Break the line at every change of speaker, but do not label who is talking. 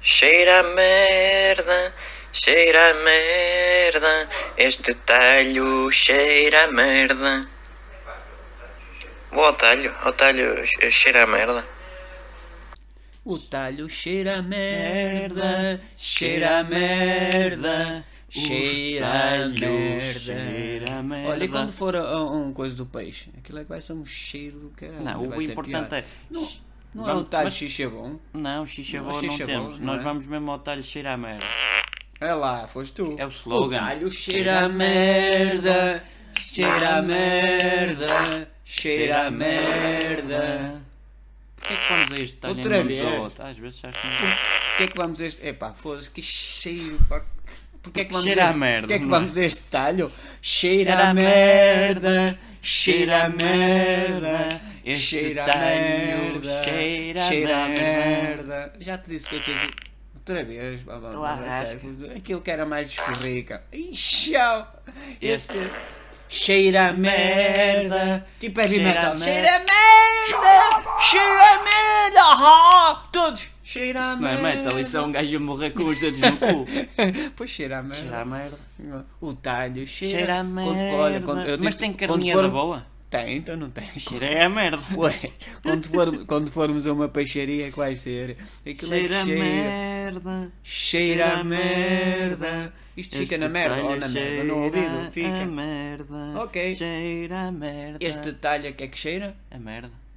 Cheira a merda, cheira a merda, este talho cheira a merda. Vou ao talho, ao talho che- cheira a merda.
O talho cheira a merda, cheira a merda, cheira a merda.
Cheira a merda.
Olha, e quando for a, a- um coisa do peixe, aquilo é que vai ser um cheiro do caralho.
Não,
vai
o
ser
importante
pior.
é.
Não, não é
Vamos-
o talho
mas-
xixi é bom.
Não, xixa
Não,
boa não
xixa boa,
temos.
não
Nós
é?
vamos mesmo ao talho cheira a merda.
É lá, foste tu.
É o slogan.
O talho cheira a merda, cheira a merda, cheira a merda.
Porquê que vamos a este talho e
Outra
não vamos
vez.
ao outro? Às vezes acho que não.
Porquê é que vamos a este. Epá, foda-se, que cheiro. pá. Porquê é que vamos
Cheira
a-
a merda,
Porquê é que
não é?
vamos a este talho? Cheira
Cheira
a
a
merda, cheira
Cheira
a
a
merda,
merda, este
cheira a
talho
merda,
cheira a
cheira a
merda.
merda. Já te disse que aquilo. Outra vez, vá, vá, vá,
arrasca.
sério. aquilo que era mais escorrica. Ixi, tchau.
Este-
Esse- Cheira a merda.
merda.
Tipo heavy
Cheira a
metal.
merda.
Cheira a merda! Cheira a merda! Ah, Todos! Cheira a
Isso não é
merda!
metal, isso é um gajo a morrer com os dedos no cu.
pois cheira a merda.
Cheira a merda.
O talho cheira,
Cheira a
Quando-
merda.
olha, quando- eu
Mas
digo-
tem
quando
carninha
for-
da boa?
Tem, então não tem.
Cheira a merda.
Ué, quando, for- quando formos a uma peixaria, que vai ser? Aquilo é que
Cheira a
cheira.
merda.
Cheira a merda. Isto
Este
fica na merda ou
talho
na merda, no
cheira
ouvido.
A
Fica.
merda.
Ok.
Cheira a merda.
Este talho é que é que cheira?
A merda.